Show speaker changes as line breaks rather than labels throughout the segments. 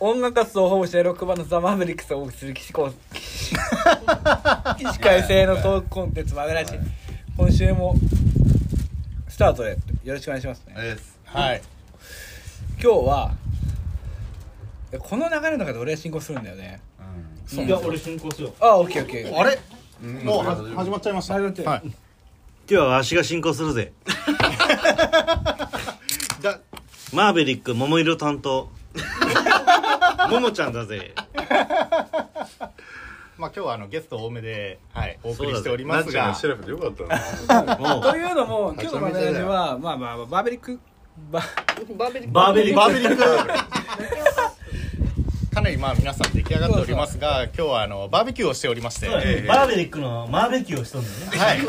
音楽活動を保護した6番のザ・マーベリックスを応募する起死回起死回生のトークコンテンツマグラジ今週もスタートでよろしくお願いしますね
ですはい
今日はこの流れの中で俺が進行するんだよね
いや俺進行しよう
ああオッケーオッケー
あれ
もうは始まっちゃいました。
最後って
はい
今日はわしが進行するぜ
だ
マーベリック桃色担 当ももちゃんだぜ
まあ今日はあのゲスト多めではいお送りしております
ナ
が
ンチャラの調べてよかった
も
と
う
いうのも今日のマグラジはまあまあまあバーベリックバ
バーベリッ
バ
ク
ーベリックかなりまあ皆さん出来上がっておりますが今日はあのバーベキューをしておりまして
そうだねバーベリックのマーベキューをしとんだよね
はい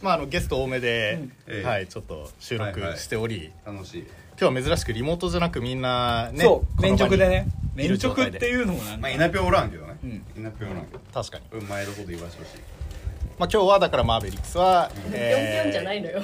まああのゲスト多めで、
ええ
はいちょっと収録
はいはい
しており、
な楽しい
今日は珍しくリモートじゃなくみんなね
そう
この
連
場に
直でね
い
連
る状
直っ
態で
ていうのもなん
ま
か
あ稲ぴょおらんけどね
ん
稲ぴょおらんけど
確かに、
うん前のこと言わしてほしい
まあ、今日はだからマーベリックスは
ぴょんぴょんじゃないいのよ。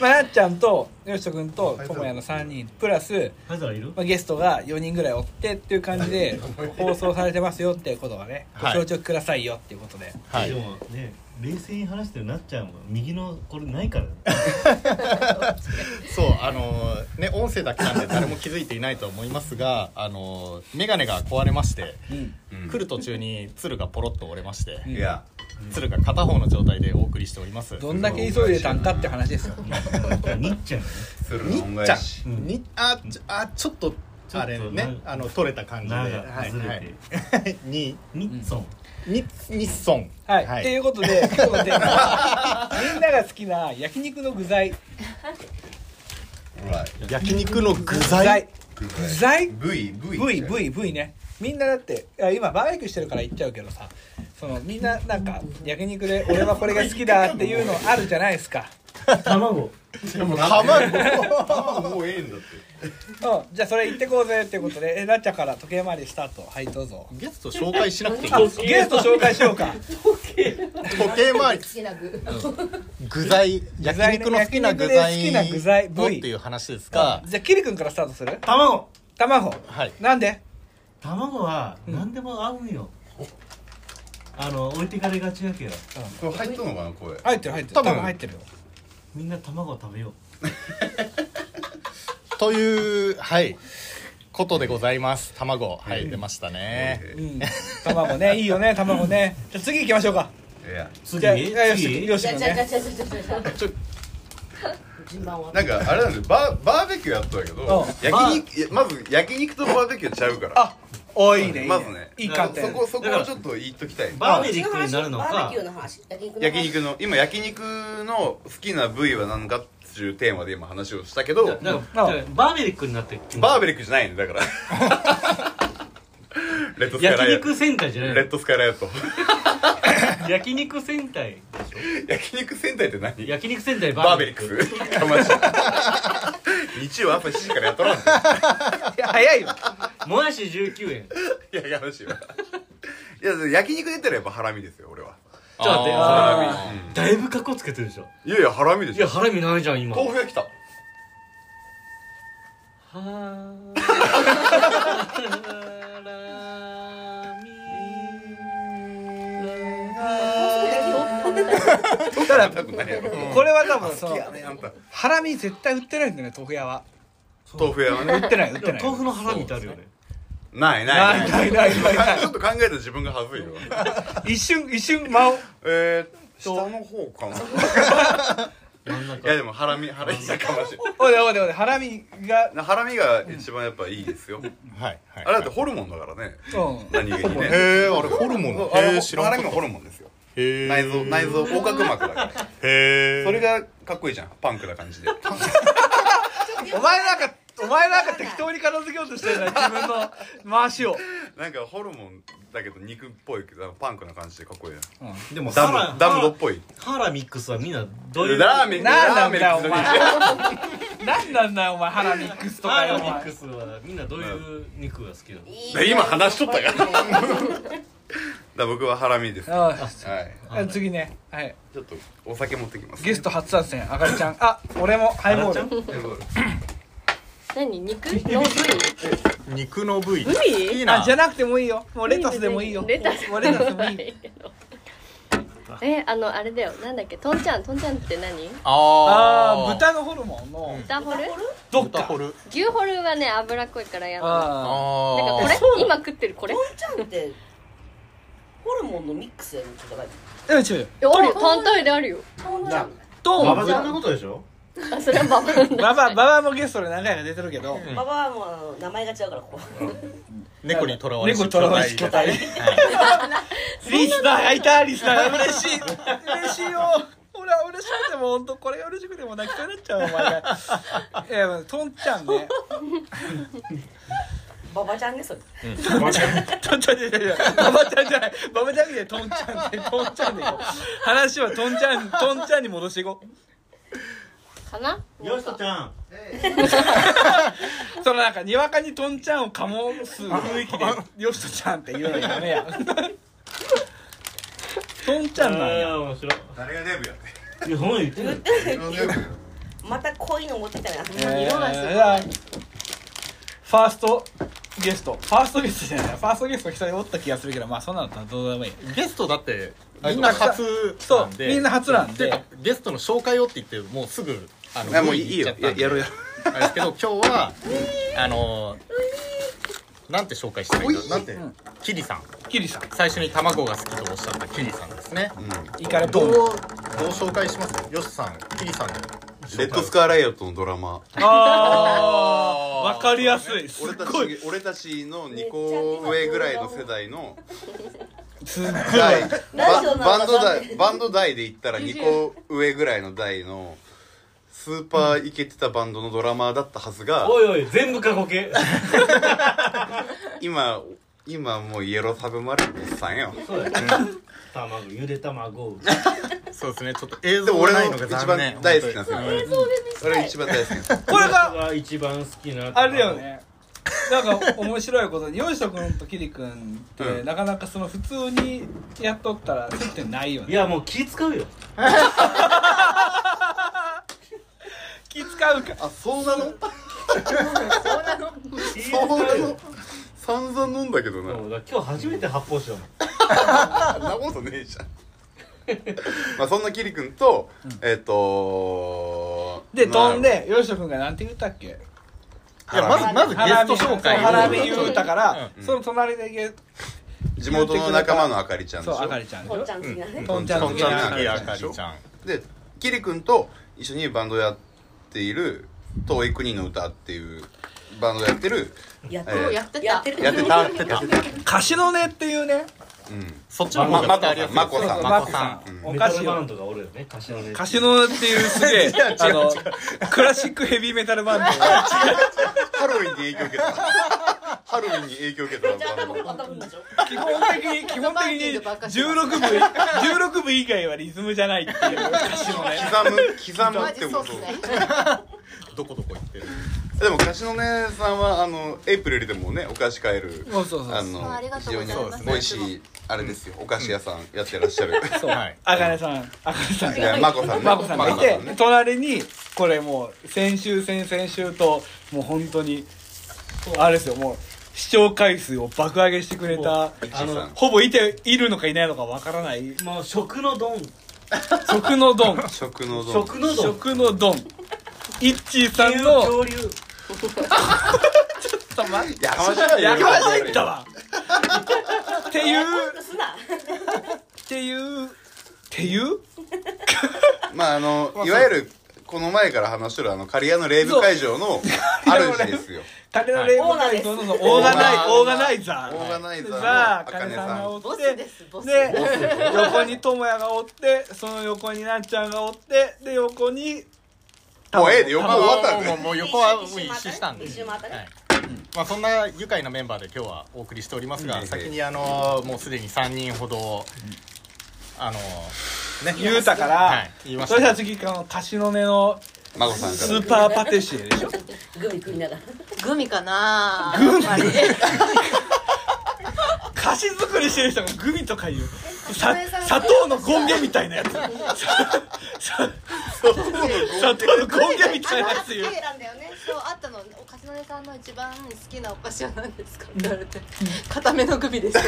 まあやっちゃんとよしとくんとともやの3人プラス
ハズラいる
まあ、ゲストが4人ぐらいおってっていう感じ で放送されてますよっていうことがねご
はい
承知くださいよっていうことで、
はい
でもね冷静に話してるなっちゃんも右のこれないからね
そうあのーね音声だけなんで誰も気づいていないと思いますがあのー眼鏡が壊れまして、
うん
うん
来る途中に鶴がポロッと折れまして、
うん
いや
鶴が片方の状態でお送りしております
どんだけ急いでたんかって話ですよ
にっちゃんね
する
に
の
っ
恩返
ちゃ
し
んにあちょあちょっと
ちょっと
あれね
な
あの取れた 感じで、
な
は
ん
い
かずれて
はい、 に
にっそん
ににっそん
はい、っていうことで今日のテーマ はみんなが好きな焼肉の具材
ほら
焼肉の具
具材
材
具
具材
部位部位
VVV ねみんなだっていや今バーベキューしてるから言っちゃうけどさそのみんななんか焼肉で俺はこれが好きだっていうのあるじゃないですか
卵
卵もうええんだって
うんじゃあそれ言ってこうぜっていうことでえなっちゃんから時計回りスタートはいどうぞ
ゲスト紹介しなくていい
あゲスト紹介しようか
時計回り
好きな具。
具材
材ね
焼肉の好きな具材
焼肉で好きな具材
のっ
V
ていう話ですが、
じゃあキリ君からスタートする
卵
卵
はい
なんで
卵は何でも合うんよ、あの置いてかれがちやけど
これ入っとんのかな声
入ってる入ってる
多
多
分
分入ってるよ
みんな卵を食べよう
というはいことでございます卵はい出ましたね
うん卵ねいいよね卵ねじゃあ次行きましょうか
いや
次
じゃあよし
次
よ
じ
し
ゃ
君
じゃじゃ
ね
じゃじゃじゃじゃ。
ちょ
順番は。
なんかあれなんですよバーバーベキューやったけど
う
焼肉いやまず焼肉とバーベキューちゃうから
あおいいねいいね
まずね
いい観点
そこそこをちょっと言っときたい
バーベリックになるの
バー
か
ベキューの話。焼肉の話。
焼肉の今焼肉の好きな部位は何かっていうテーマで今話をしたけど
だからだ
ん
からバーベリックになって
バーベリックじゃないんだからレッドスカイラ
焼
イト
肉戦隊じゃない
レッドスカイライト
の焼肉戦隊
焼肉戦隊って何
焼肉戦隊
バ
バー
ーベ
ベ
リ
リ
ッ
ッ
ク
ク
スかまし 日曜朝7時からやっとらんの
いや早いわ
もやし19円ちょっ
いややらしいわいや焼肉で言ったらやっぱハラミですよ俺は
と待って
あ
あーだいぶカッコつけてるでしょ
いやいやハラミで
い
し
や
ょ
ハラミないじゃん今
豆腐が来た
ハラミ
た だ多分ないやろ
これは多分そ
好き
の
やねあんた
ハラミ絶対売ってないんだよね豆腐屋は
豆腐屋はね
売ってない売っ
で
て
も
ない
豆腐のハラミってあるよね
ないない
な
ないい
ないないないない
ちょっと考えたら自分が恥ずいよ
一瞬一瞬間を
えー、下の方かない
真ん中
やでもハラミハラミいやかもしれな
おいでおいでおいでハラミが
いなハラミが一番やっぱいいですよ
はいはい
あれだってホルモンだからね
うん
何気にね
へえあれホルモン
あ
へ
れ
え
ハ
ん
ラミもホルモンですよ
へ
内臓内臓横隔膜だから
へえ
それがかっこいいじゃんパンクな感 じで
お前なんかお前なんか適当に片付けようとしてるな自分の回しを
なんかホルモンだけど肉っぽいけどパンクな感じでかっこいいじ
でも
ゃんダムダムドっぽい
ハラミックスはみんなどういう
ラーメン
な
ラー
ん
メ
なんだ
ンラ
お
ーメ
前 な
ン
んなんだよお前ハラミックスと
ハ
かよ
ラ
お
ミ
前
ックスはみんなどういう肉が好きなの
今話しとった
よ。
だ僕はハラミですは
あ
い
あ次ねはい
ちょっとお酒持ってきます
ゲスト初参戦あかりちゃんあ俺もハイボール
ハイボール
何肉の部位
肉の部位
部位
いい
あ
な
じゃなくてもいいよもうレタスでもいいよ
レタス
もうレタスでもいい
けどえあのあれだよなんだっけとんちゃんとんちゃんって何
ああ
あー
豚のホルモンの
豚ホル
どっ
豚
か
ホル
牛ホルはね脂っこいからやだ
あ
あ
なんかこ
ー
れ今食ってるこれ
トンちゃんってホルモンのミックスやるんじゃない
あ違う違う
えあるよトントイレあるよ
トンちゃん
ト
馬
ー
場
ン
ちゃんのことでしょ
あそれはババア
ババババもゲストで何回か出てるけど
ババアもあの名前が違うからここ
猫にとらわれし
猫にとらわれし巨体リスナーがいたリスナー が嬉しい嬉しいよほら嬉しくても本当これが嬉しくても泣きそうになっちゃうお前がいやまあトンちゃんね
ババちゃんねそれ
トンちゃんじゃないババちゃんじゃないババちゃんじゃないトンちゃんでトンちゃんでいこう話はトンちゃんトンちゃんに戻していこう
かな
よしとちゃん
そのなんかにわかにトンちゃんを醸す雰囲気でよしとちゃんって言うのやめやトンちゃんなんや
あー面白い
誰がデブやっ
いやそんなの言ってない
また濃いの持ってきたね
え
色がすごい
ーファーストゲストファーストゲストじゃないなファーストゲスト一人おった気がするけどまあそんなのどうでもいい
ゲストだってみんな初
そ
な
うん
で
みんな初なん
て
で
かゲストの紹介をって言ってもうすぐあ
てあもうい
部
い
位行
よ
っちゃった
や
んで
やろうや
あれですけど今日はあのなんて紹介したらいいかなんて
ん
キリさん
キリさん
最初に卵が好きとおっしゃったキリさんですね
イカレ
ど
ポ
う
ン
どう紹介しますよしさんキリさんの紹介
レッドスカーライオットのドラマ
あーわかりやすいす
俺た
っ
ち
ごい
俺たちの2個上ぐらいの世代の
すっごい
代
ラジ
バ
オの
バンド
残
代バンド代で言ったら2個上ぐらいの代のスーパーイケてたバンドのドラマーだったはずが
おいおい全部過去形
今今もうイエローサブマリンのおっさんよ
そうだよ卵ゆで卵
そうですねちょっと映
で
像
も俺
ないの
の
が
一
残念
番大好きなんですよ
本当にうん
俺一番大好きなんです
これが
僕が一番好きな
あれだよねなんか面白いことによいしょくんとキリくんって、
うん
なかなかその普通にやっとったら接点ないよ
い
ね
やもう気使うよ
気使うか
あそうなの
気使
そうな
う
の
よ
散々飲んだけどな
そうだから今日初めて発泡酒だもん
そんなことねえじゃんまあそんなキリ君と、えっ、と
で飛んでよいしょくんがなんて言ったっけ
いやまずまずゲス
花火
ト紹介を
花火言うたから、
うん
その隣でゲ
地元の仲間のあかりちゃんで
そ
し
うあか
ょ
りちゃんでし
トン
ょ
ちゃん好きなね
とんちゃん好き
とんちゃん
な
好
あか
きな
りちゃ
あ
ん
かりちゃん
でキリ君と一緒にバンドやっている「遠い国の歌」っていうバンドやってる
やっ
えー
て
やってた
やってる
やってたやってた、
カシノネっていうね
うん、
そっちの方が伝わりやすい
まこさんまこ
さんお
メ
菓
タル
子
バン
を
ドがおるよね柏のね
カシノネっていうすげえあのクラシックヘビーメタルバンド
ハロウィンに影響受けたハロウィンに影響受けた
じゃあ頭
バンド
頭でしょ
基本的に基本的に16部16部以外はリズムじゃないっていう歌詞のね
刻む刻むってこと
どこどこ行ってる
でも貸しの姉さんはあのエイプリルでもねお菓子買える
そうそうそう
あ
ああ
の
りが
非
と
常
うご
に
ざいます
美味しいあれですよお菓子屋さんやってらっしゃる
そう
はい
あかねさんあかねさん
いや
が
まこさんね
まこさんがいて
まこさんね
隣にこれもう先週先々週ともう本当にあれですよもう視聴回数を爆上げしてくれた
あの
ほぼいているのかいないのかわからない
もう食の丼
食の丼
食の丼
食の丼っ
食の丼イッチー
て
さ
い
ん
う
の
恐竜
やかましいわ
やかましいったわっていう
すな
っていうっていう
まああのいわゆるこの前から話してるあの刈谷のレイブ会場 の主ですよ
彼のレイブ会長のそのオーガナイ
はい
オーガナイザ
オーガ
ー
ナイザーの
ザ
あ
ー
か
彼
ね
さん
さ
が
ん
おっ
ボスで
て
すボス
で横に智也がおってその横になっちゃんがおってで横に
もうええで横終わったん
もう
で
もう横はもう一周したんで
一周回ったね
はいまあそんな愉快なメンバーで今日はお送りしております
う
が
ん
先にあのもうすでに3人ほどあのね
言うたか
は
ら
い言いまし
それじゃ
た
あ次あのカシノネの
まこさん
ス
か
ーパーパティシエでしょ
グミ食いながら
グミかな
グミ菓子作りしてる人がグミとか言うさ砂糖の権限みたいなやつささ砂糖の権限みたいなやつ言う
なんだよね。そうあったの。おかつのさんの一番好きなお菓子は何ですかって言われて、固めの首です。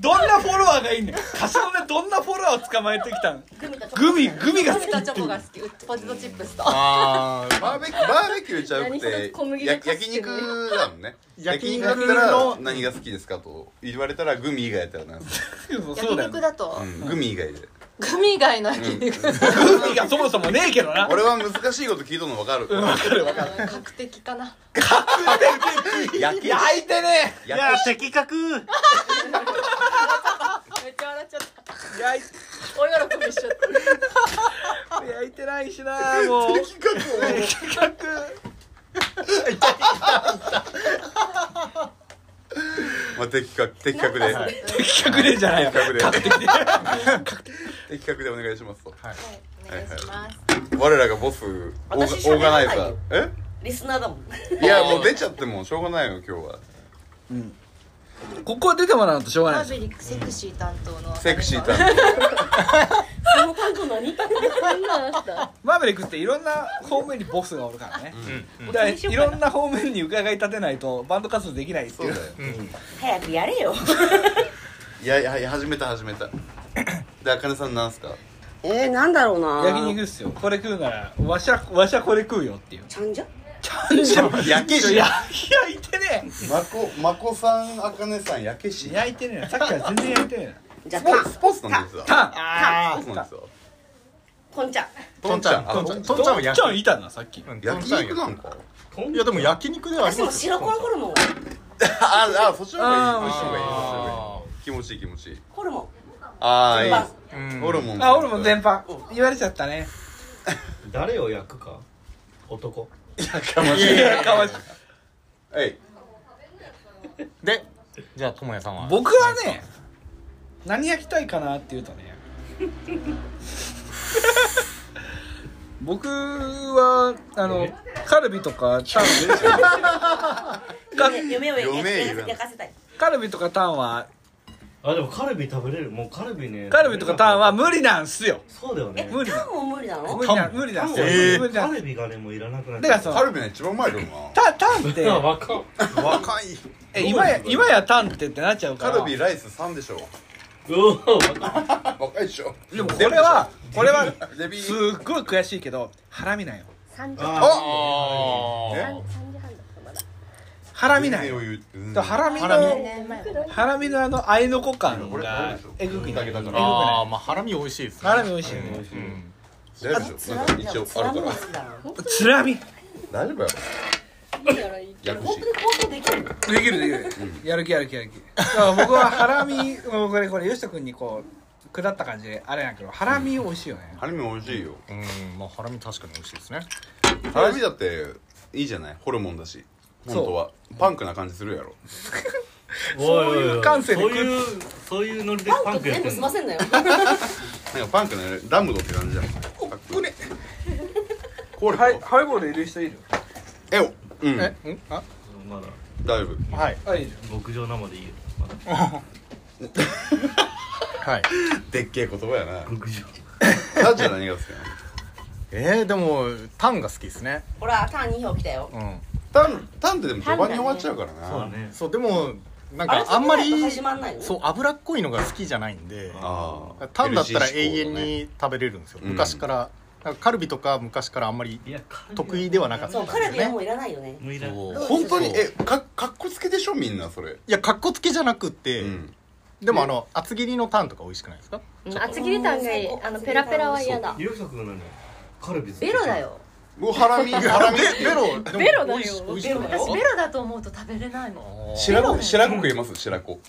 どんなフォロワーがいいねんカシノでどんなフォロワーを捕まえてきたん
グミとチョコ。
グミグミが好
グ
き
ミと
っ
チ
て
ョコが好き。ポテトチップスと。
あー
バーベキューバーベキューちゃうく
何それ
て
小麦が
や焼肉だもんね
焼
焼
肉の
肉だったら何が好きですかと言われたらグミ以外やったら何ですか、
そ
焼
うだよね
肉だと、
うん、グミ以外で
グミ以外の焼肉。
グミがそもそもねえけどな
俺は難しいこと聞いとんの分かる
確定かな。
焼き
焼いてね
いや
焼
的確
めっちゃ笑っちゃった。
焼い
俺らの首しちゃった。
焼いてないしなもう
き企画を
企画
まあ的確的確で
的確でじゃないよ
的確で 的確でお願いしますと
はい、お願いします。
我らがボスオーガオ
私
ー
喋ら
ガ
な
ナ
い
イ
よ
ザーえ
リスナーだもん
いやもう出ちゃってもしょうがないよ今日は
ここは出てもらわないとしょうがない
マー
です
ベリックセクシー担当の。
セクシー
担
担当
その単語何
そんなんあった
マーベリックスっていろんな方面にボスがおるからね、だからいろんな方面に伺い立てないとバンド活動できないって
そ
いうう
だよ
早くやれよ
いやいやいや始めた始めたであかねさんなんすか
えー、なんだろうな
焼肉っすよこれ食うならわしゃわしゃこれ食うよっていう
ちゃんじゃ
ちゃんじゃ
焼けし
焼いてね
まこまこさんあかねさん焼けし
焼いてねえなさっきから全然焼いてねえな
じゃあ
ス
パ
ポ
ン
スポーツなんですよ
タン
あ
スポーツなんですよ
ポンちゃん
とんちゃん
と
と
ん
んち
ち
ゃ
ゃん
ん
ど
と
ん
んちゃんは
ち
焼
ゃんいたなさっき
うんとん
焼
ちゃん
肉なんか
いやでも焼肉ではあり
私
ま
も
す
白
よ
黒ホルモンがいい
ああそっちの方
あー
がいいそっちの方がいい
あ
気持ちいい気持ちいい
ホルモン
ああいい
全
ーうん
ホルモン
あ俺も全般言われちゃったね
誰を焼くか男
いやかわしい
はい
でじゃあともやさんは
僕はね何焼きたいかなって言うとね僕はあのカルビとかタン
嫁嫁を
嫁言
焼
わん
か焼かせたい
カルビとかタンは
あでもカルビ食べれるもうカルビね
カルビとかタンは無理なんすよ
そうだよ
え
ね
無理
タンも無理なの
無理なん無理なんすよ、
えー
無理な
カ
んす
ルビがねもういらなくなっ
だからそ
カルビが一番うまいけどな
タタンって
あわかん
若い
え今や今やタンってってなっちゃうか
カ
ら
ルビライス3でしょ
うおーわかん
若いでしょ
でもこれはこれは
デビ
すっ
ー
ごい悔しいけどハラミなんよ
三時半
あ
三
え
三時半だったまだ
ハラミなん
い
よ
余裕ってうん
だからハラミ
ハラ
の
年前。
ハラミのあのあえのこ感がえぐくないえぐく
ああ
な
まあハラミ美味しいです
い
ね
ハラミ美味しいよね
うん
大丈夫でしょなんか一応あるから
好きだなの
つらみで
大丈夫よやくし
本当に構想できるの
きるできるやる気やる気やる気だから僕はハラミもうこれこれよしとくんにこう下った感じであれなんやけどハラミ美味しいよね
ハラミ美味しいよ
うんまあハラミ確かに美味しいですね
ハラミだっていいじゃないホルモンだし本当はパンクな感じするやろ
お
そういう感性で
そういうそういうノリで
パ
パ
ン
ン
ク
クやっ
全
て
部
ん
済
の
ませんなよ
なんかパンクのラムドって感じじゃんおっくねこれ
ハイボールいる人いる
えおうん大
えんあ
まだ
丈夫
はい
あいる
牧場生でいいよまだ
はい
でっけえ言葉 やな
牧場
タッチは何が好きなの
えー、でもタンが好きですね
ほらタン2票来たよ
うん
タンタンってでも序盤に終わっちゃうから
そうだ
な
ね
そうでもなん
あれ
かあんま
そこ
り
ないと始まんないの
そう脂っこいのが好きじゃないんで
ああ
タンだったら永
LG
遠に食べれるんですよ
うん
昔からなんかカルビとか昔からあんまり
いやカルビ
得意ではなかった
そ
ん
う
で
カ
すよ
ルビは
ね
もういらないよね
もういらん
そう
思考ね本当にえかかっこつけでしょみんなそれ
いやかっこつけじゃなくて、
うん
でもあの厚切りのタンとか美味しくないですか
うん厚切りタンがいいあのペラペラは嫌だ
ゆうきとくんは何カルビずっと
ベロだよ。
もうハラミハラミ
ベロ
ベロだよ
美味しくないです
私ベロだと思うと食べれないの。
白子白子食います白子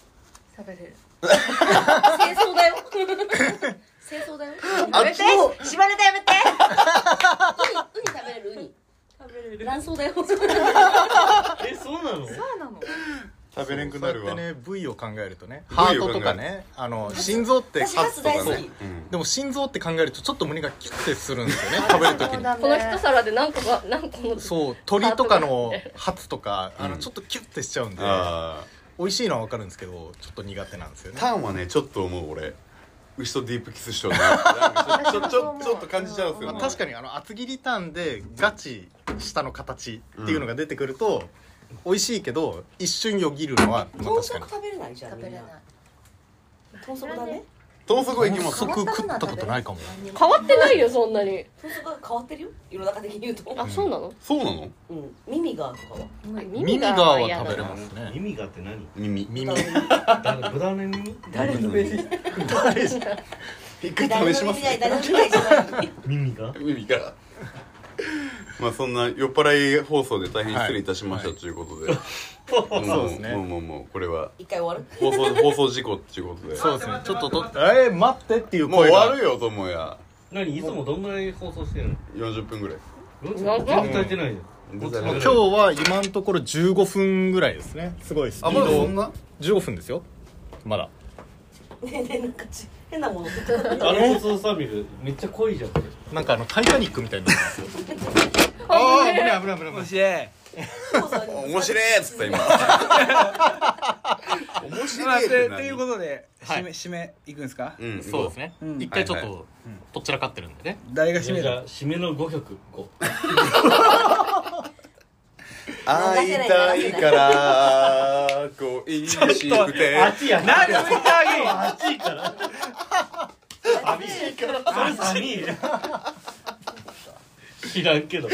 食べれる。
清掃だよ
清掃だよ。
あっちの
縛れたやめて。
ウニ食べれるウニ
食べれる。
卵巣だよ
えそうなの
そうなの。
食べれんくなるわ
そうやってね部位を考えるとね
部
ハ
位
ー
を考える
トとかねあの心臓って
私ハツ大好
そう
き
うん
でも心臓って考えるとちょっと胸がキュッてするんですよ ね食べるときに
この一皿で何個か何個 も
そう鳥とかのハツとかあのちょっとキュッてしちゃうんで
あ
美味しいのは分かるんですけどちょっと苦手なんですよね
タンはねちょっと思う俺牛とディープキスしようかなってなんかちょちょちょちょっと感じちゃうんですよ
まあ
ね
確かにあの厚切りタンでガチ下の形っていうのが出てくると、美味しいけど一瞬よぎるのは、まあ、確
豚
か
足
に
食べれないじゃん
食
み
べれ
ん
ない
な豚足ダメ
豚足はいきます
豚足食ったことないかも
変わってないよそんなに
豚足が変わってるよ世の中的に言うと
あそうなの
そうなの
うん耳がとかは
あ
耳が
は
は
嫌
食べれ
だな
ますね
耳がって何
耳
耳
だ豚の耳
誰の耳
一回試しま
誰の耳
す
ない誰の耳ない
耳が
耳からまあそんな酔っ払い放送で大変失礼いたしました
はい
ということで、
そ
も
うですね
もうもうもうこれは
一回終わる
放送放送事故っていうことで
そうですねちょっととえー、待ってっていう
もう
声が
終わるよともや
何いつもどんぐらい放送してるの
40分ぐらい
全然足りてないじゃんもっと
全然足りてない
もう
足
今
りて
日は
ない
今のところ15分ぐらいですねすごいスピードを
な
15分ですよまだ
ねねなんかち変なもの
あの放送サビルめっちゃ濃いじゃんこれ
なんかあの「タイタニック」みたいになってますよ
あー危
ない危ない危ない
もしえ
面白えっつった今
ま
面
あ
白
と
い
い
って
うと
何
いうことで
はい
締め締めいくんですか
うん
そうですね
うん
一回ちょっ
はいは
ととっちらかってるんでね
誰が
じ
締める
ゃあ締めの5曲5
会いたいから恋しくて
あっちやな
何振りたい
あっちいからあっちいから知らんけど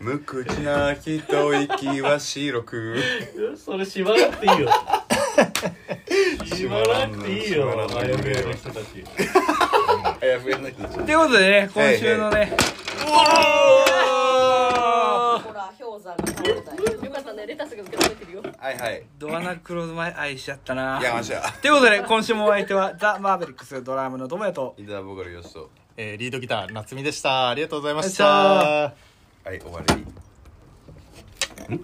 無口な人息は白く
それ縛らなくていいよ縛らなくていいよあやめの人たち
あやふやな人たち
ということでね今週のね
ほら氷山が倒れたよ
よかったねレタスが受け止めてるよ
はいはい
ドアナクローズ前愛しちゃったな
山下
ということで今週もお相手はザ・マーベリックスドラムの友也と
伊沢ボーカルよしと
えーリードギター夏美でしたありがとうございまし
ありがとうござい
た
はい終わり